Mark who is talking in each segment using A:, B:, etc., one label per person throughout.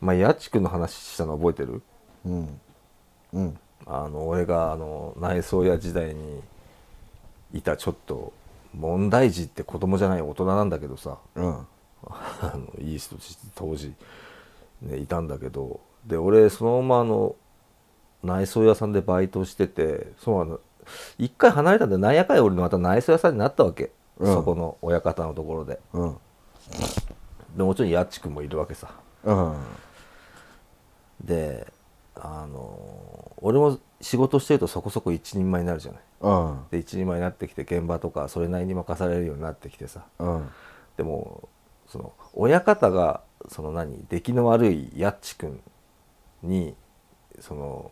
A: まあ家畜の話したの覚えてる
B: うんうん
A: あの俺があの内装屋時代にいたちょっと問題児って子供じゃない大人なんだけどさ
B: うん
A: あのいい人として当時、ね、いたんだけどで俺そのままあの内装屋さんでバイトしててそうあの一回離れたんでなんやかんや俺また内装屋さんになったわけ、
B: うん
A: そこの親方のところで
B: うん
A: でもちろん家畜もいるわけさ
B: うん
A: であの俺も仕事してるとそこそこ一人前になるじゃない
B: うん
A: で一人前になってきて現場とかそれなりに任されるようになってきてさ
B: うん
A: でもその親方がその何出来の悪いやっちくんにその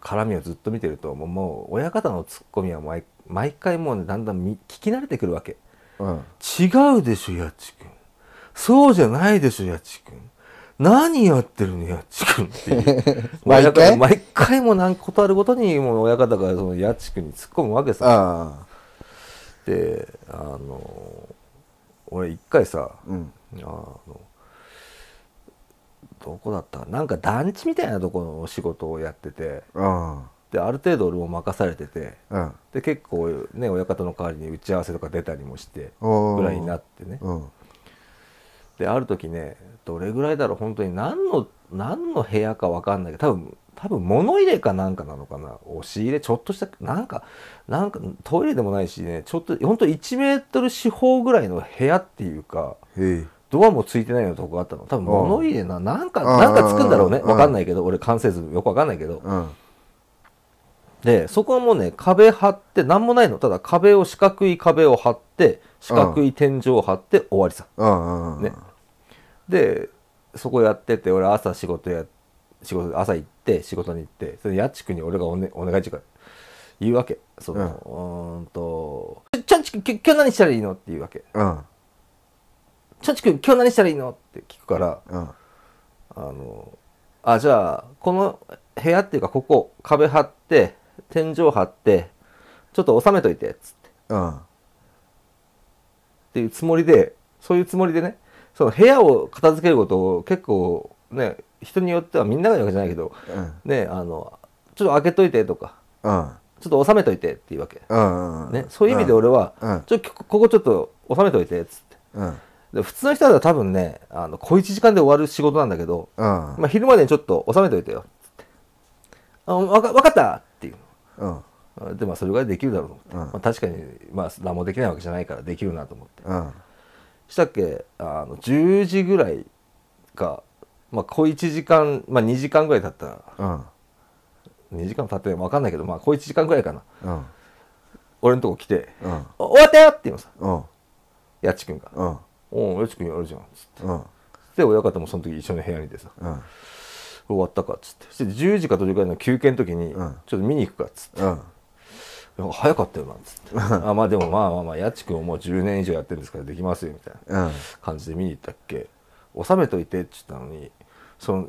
A: 絡みをずっと見てるともうもう親方のツッコミは毎毎回もうねだんだんみ聞き慣れてくるわけ
B: うん
A: 違うでしょやっちくんそうじゃないでしょやっちくん何やってるのやっちくんっていう 親
B: 毎回
A: 方毎回も何ことあるごとにもう親方がそのやっちくんに突っ込むわけさ
B: あ
A: であの俺一回さ、
B: あうん
A: あのどこだったかななんか団地みたいなところの仕事をやってて
B: うん
A: である程度俺も任されてて
B: うん
A: で結構ね親方の代わりに打ち合わせとか出たりもして
B: おー
A: ぐらいになってね
B: うん
A: である時ねどれぐらいだろう本当に何の何の部屋か分かんないけど多分多分物入れかなんかなのかな押し入れちょっとしたなんかなんかトイレでもないしねちょっと本当1メートル四方ぐらいの部屋っていうか
B: へい
A: ドアもついてないようなとこがあったの多分物入れななんか
B: うん
A: なんかつくんだろうね
B: うん
A: 分かんないけど俺完成図よく分かんないけど
B: うん
A: でそこはもうね壁張って何もないのただ壁を四角い壁を張って四角い天井を張って終わりさ
B: うんうん
A: ね、でそこやってて俺朝仕事や仕事朝行って仕事に行ってそれで家畜に俺がお,、ね、お願いっていうか言うわけそのうーんと「ちょんちくん今日今日何したらいいの?」って言うわけ
B: うん
A: 「ちょんちくん今日何したらいいの?」って聞くから
B: うん
A: あのあじゃあこの部屋っていうかここ壁張って天井張ってちょっと収めといてっつって
B: うん
A: っていうつもりでそういうつもりでねその部屋を片付けることを結構ね人によってはみんなが言うわけじゃないけど
B: うん
A: ねあのちょっと開けといてとか
B: うん
A: ちょっと収めといてっていうわけ、
B: うんうん
A: ね、そういう意味で俺は、
B: うん
A: ちょっとこここちょっと収めといてっつって
B: うん
A: で普通の人は多分ねあの小1時間で終わる仕事なんだけど、
B: うん
A: まあ、昼までにちょっと収めといてよっつってあわかわかったっていう
B: うん
A: あでまあそれぐらいできるだろうと思って、
B: うん
A: まあ、確かに、まあ、何もできないわけじゃないからできるなと思って
B: うん
A: したっけあの10時ぐらいか、まあ、小1時間、まあ、2時間ぐらい経ったら
B: うん
A: 2時間経ってないか分かんないけど、まあ、小1時間ぐらいかな
B: うん
A: 俺のとこ来て
B: うん
A: 「お終わったよ!」って言うのさ
B: うん
A: やっちくんが
B: うん
A: 「おおやっちくんやるじゃん」っつって
B: うん
A: で親方もその時一緒の部屋にいてさ
B: うん
A: 「終わったか」っつってそして10時かどれぐらいの休憩の時に「
B: うん
A: ちょっと見に行くか」っつって
B: うん
A: 「いや早かったよな」っつって「あ まあでもまあまあまあやっちくんはもう10年以上やってるんですからできますよ」みたいな
B: うん
A: 感じで見に行ったっけ収めといてって言ったのにその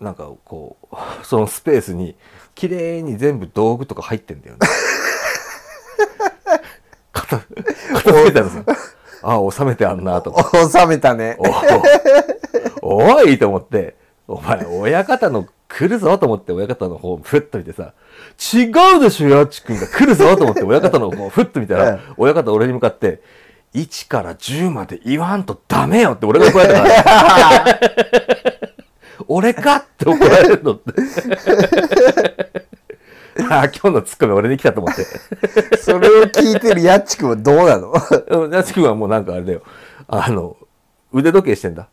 A: なんかこう そのスペースに綺麗に全部道具とか入ってんだよね片片付けたらさああ収めてあんなとか
B: 収めたね
A: おおおいと思ってお前親方の来るぞと思って親方の方をふっと見てさ違うでしょやっちくんが来るぞと思って親方の方をふっと見た
B: うん
A: ら親方俺に向かって1から10まで言わんとダメよって俺が怒られたから俺かって怒られるのってああ今日のツッコミ俺に来たと思って
B: それを聞いてるやっちくんはどうなの
A: うんやっちくんはもうなんかあれだよあの腕時計してんだ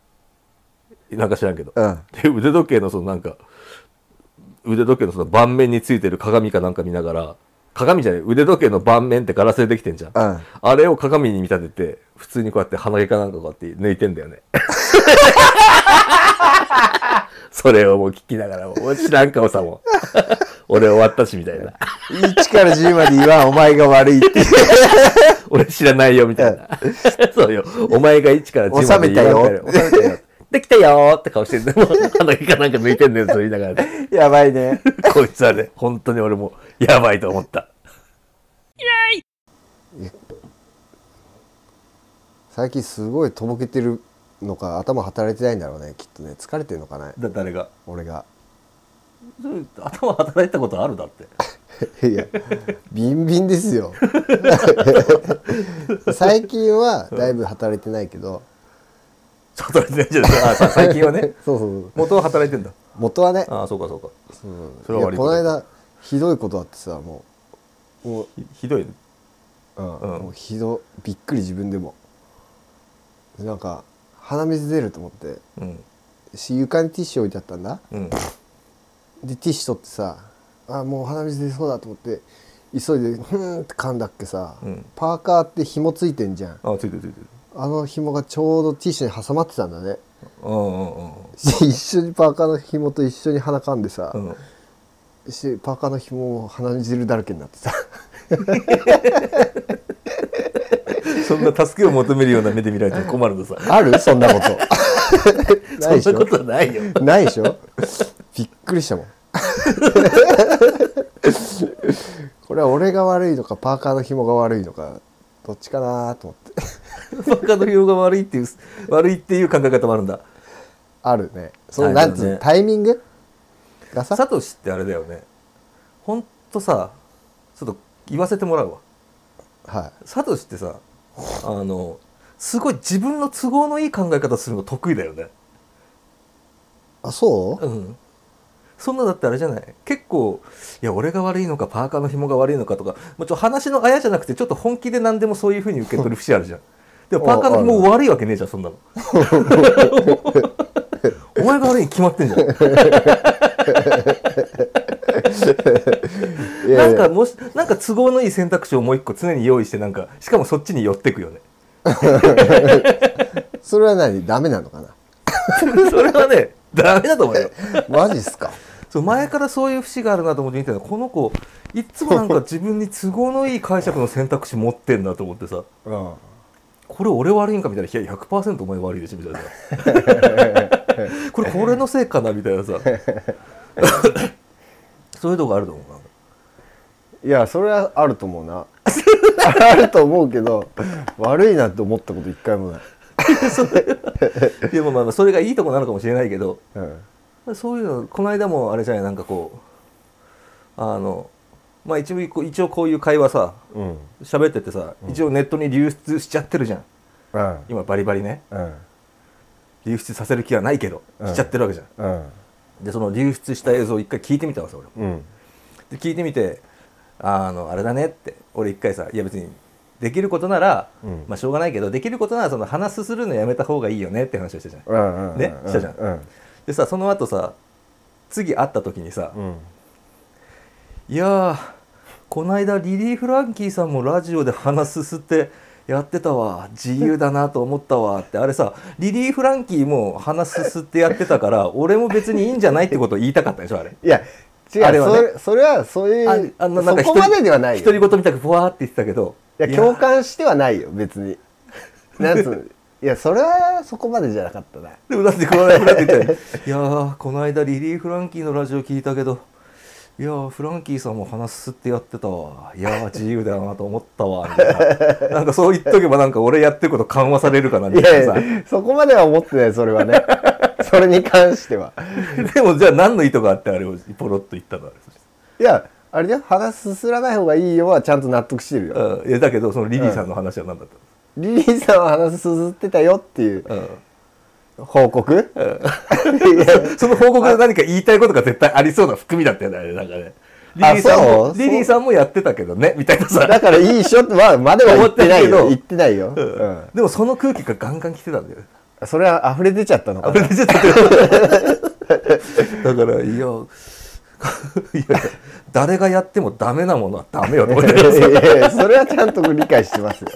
A: なんか知らんけど
B: うん
A: で腕時計のそのなんか腕時計のその盤面についてる鏡かなんか見ながら鏡じゃない腕時計の盤面ってガラスでできてんじゃん、
B: うん
A: あれを鏡に見立てて普通にこうやって鼻毛かなんかこうやって抜いてんだよねそれをもう聞きながらもう知らん顔さもう俺終わったしみたいな
B: 1から10まで言わんお前が悪い って
A: 俺知らないよみたいなそうよお前が1から10まで言わんから収めたよできたよーって顔してんだよもう鼻毛かなんか抜いてんだよそれ言いながら
B: やばいね
A: こいつはね、本当に俺もやばいと思った。
B: 最近すごいとぼけてるのか頭働いてないんだろうねきっとね疲れてるのかな
A: だ誰が
B: 俺が
A: それ頭働いたことあるだって
B: いやビンビンです よ最近はだいぶ働いてないけど
A: 働いてないじゃないですかあさ最近はね
B: そうそうそう
A: 元は働いてんだ
B: 元はね、
A: ああそうかそうか
B: うん
A: それは悪
B: い
A: い
B: や
A: こ
B: ことの
A: だ
B: 間ひどいことあってさもうもう
A: ひひどいね
B: うん
A: うん
B: もうひどびっくり自分でもでなんか鼻水出ると思って
A: うん
B: し床にティッシュ置いてあったんだ
A: うん
B: でティッシュ取ってさあもう鼻水出そうだと思って急いでふーんって噛んだっけさ、
A: うん
B: パーカーって紐ついてんじゃん
A: あついてるついてる
B: あの紐がちょうどティッシュに挟まってたんだね
A: うんうんうん
B: 一緒にパーカーの紐と一緒に鼻噛んでさ、
A: うんうん
B: しパーカーの紐も鼻汁だらけになってさ
A: そんな助けを求めるような目で見られても困るのさ
B: あるそんなこと ないでし
A: そんなこ
B: ょ
A: とはないよ
B: ないでしょびっくりしたもんこれは俺が悪いのかパーカーの紐が悪いのかどっちかなと思っ
A: バ
B: て
A: カの用が悪いっていう悪いっていう考え方もあるんだ
B: あるねその
A: あ
B: な
A: るよね
B: んつうのタイミングがさ
A: サトシってあれだよねほんとさちょっと言わせてもらうわ
B: は
A: サトシってさあのすごい自分の都合のいい考え方するの得意だよね
B: いあそう
A: うんそんなだってあれじゃない結構いや俺が悪いのかパーカーの紐が悪いのかとかもうちょ話のあやじゃなくてちょっと本気で何でもそういうふうに受け取る節あるじゃんでもパーカーの紐悪いわけねえじゃんそん なのお前が悪いに決まってんじゃん
B: いやい
A: なん
B: や
A: かもしなんか都合のいい選択肢をもう一個常に用意してなんかしかもそっちに寄ってくよね
B: それは何ダメなのかな
A: それはねダメだと思うよ
B: マジっすか
A: そう前からそういう節があるなと思って見てたのこの子いっつもなんか自分に都合のいい解釈の選択肢持ってんなと思ってさ
B: うん
A: これ俺悪いんかみたいないや100%お前悪いでしょみたいなこれこれのせいかなみたいなさそういうとこあると思うない
B: やそれはあると思うな あると思うけど悪いなって思ったこと一回もない、
A: いやまあまあまあそれがいいとこなのかもしれないけど
B: うん、
A: そういうのこの間もあれじゃないなんかこうあのまあ一応こう一応こういう会話さ
B: うん
A: 喋っててさ、一応ネットに流出しちゃってるじゃん
B: うん
A: 今バリバリね
B: うん
A: 流出させる気はないけど
B: うん
A: しちゃってるわけじゃん、
B: うん
A: でその流出した映像を一回聞いてみたわさ俺も
B: うん
A: で聞いてみてあのあれだねって俺一回さいや別にできることなら、
B: うん
A: まあしょうがないけどできることならその話すするのやめた方がいいよねって話をしてたじゃん
B: うんうん
A: ねしたじゃん
B: うん
A: でさその後さ次会った時にさ、
B: うん
A: いやーこないだリリー・フランキーさんもラジオで話すすってやってたわ自由だなと思ったわってあれさリリー・フランキーも話すすってやってたから俺も別にいいんじゃないってことを言いたかったでしょあれ。
B: いや違う
A: あれはね
B: それそれはそういう
A: ああのなんか
B: そこまでではないよ
A: 独り言みたくふわーって言ってたけど
B: いや共感してはないよ別 になんつうのいやそれはそこまでじゃなかったな
A: でもだってこの間だって言っていやーこの間リリー・フランキーのラジオ聞いたけどいやーフランキーさんも話すってやってたわいやー自由だなと思ったわみたいななんかそう言っとけばなんか俺やってること緩和されるかなみ
B: い
A: たい
B: やい
A: なさ
B: やそこまでは思ってないそれは ねそれに関しては
A: でもじゃあ何の意図があってあれをポロッと言ったのあれ
B: いやあれだよ話すすらない方がいいよはちゃんと納得してるよ
A: うんいやだけどそのリリーさんの話は何だった
B: リリーさんは話すすずってたよっていう
A: の、うん
B: 報告いや
A: その報告で何か言いたいことが絶対ありそうな含みだったよねあれなんかねリリ
B: あ
A: ーさん
B: そ
A: も
B: う
A: リリーさんもやってたけどねみたいなさ
B: だからいいでしょってまあまでは言ってないよ
A: 思
B: 言っ
A: って
B: ないよ、う
A: うんんでもその空気がガンガン来てたんだよね
B: それは溢れ出ちゃったのか
A: あ
B: な
A: れ出ちゃったよだから いやいや誰がやってもダメなものはダメよと思っ
B: い
A: て
B: やいやそれはちゃんと理解してますよ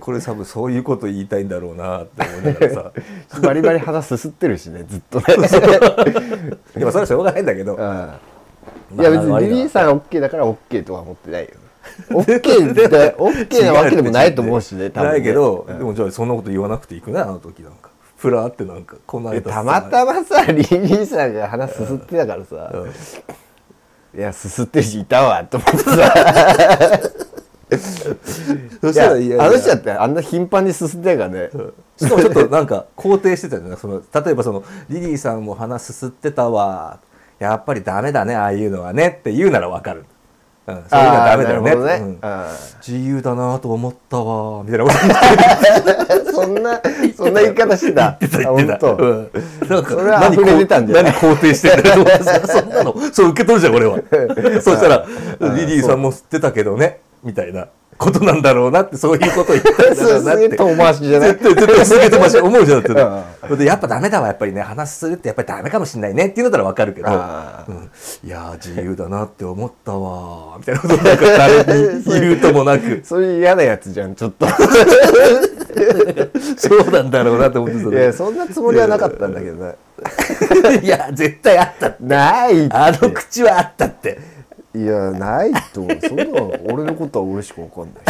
A: これ多分そういうこと言いたいんだろうなって思いながらさ
B: バリバリ鼻すすってるしねずっとね
A: でもそれはしょうがないんだけど
B: うんいや別にリリーさん OK だから OK とは思ってない よ OK で OK なわけでもないと思うしね多分ね
A: ないけど、
B: うん
A: でもじゃあそんなこと言わなくていいくないあの時なんかふらーってなんかこの
B: いや
A: 間さ
B: たまたまさリリーさんが鼻すすってたからさ、
A: うん
B: いやすすってるしいたわと思ってさ
A: そ
B: いやあの人だってあんな頻繁に進んでるからね、
A: しかもちょっとなんか肯定してたじゃないその例えばそのリリーさんも鼻すすってたわやっぱりダメだねああいうのはねって言うならわかる、うん、そういうのはダメだよね
B: あーなるほ
A: うん
B: どあ
A: 自由だなと思ったわみたいなこと言っ
B: ーそんなそんな言い方してた
A: てた言ってた
B: あ本当
A: うん、なんか
B: それは
A: 何
B: 溢れ出たんじゃない
A: 肯定してんだよそんなのそう受け取るじゃん 俺はそしたらリリーさんも吸ってたけどねみたいなことなんだろうなってそういうこと言ったんだ
B: そ
A: ろ
B: う
A: うなっ
B: すげえ
A: て
B: 遠回しじゃない
A: 絶対絶対すげえ飛ば し思うじゃんだって、ね、でやっぱダメだわやっぱりね話するってやっぱりダメかもしんないねっていうのだったらわかるけど、
B: あー
A: うんいやー自由だなって思ったわーみたいなことなんか誰 に言うともなく
B: そういう嫌なやつじゃんちょっと
A: そうなんだろうなと思ってた
B: いやそんなつもりはなかったんだけどね
A: いや絶対あったって
B: ないって
A: あの口はあったって
B: いやないと思うそんなの俺のことは俺しか分かんな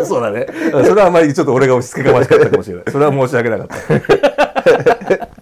B: い
A: そうだねそれはあまりちょっと俺が押し付けがましかったかもしれないそれは申し訳なかった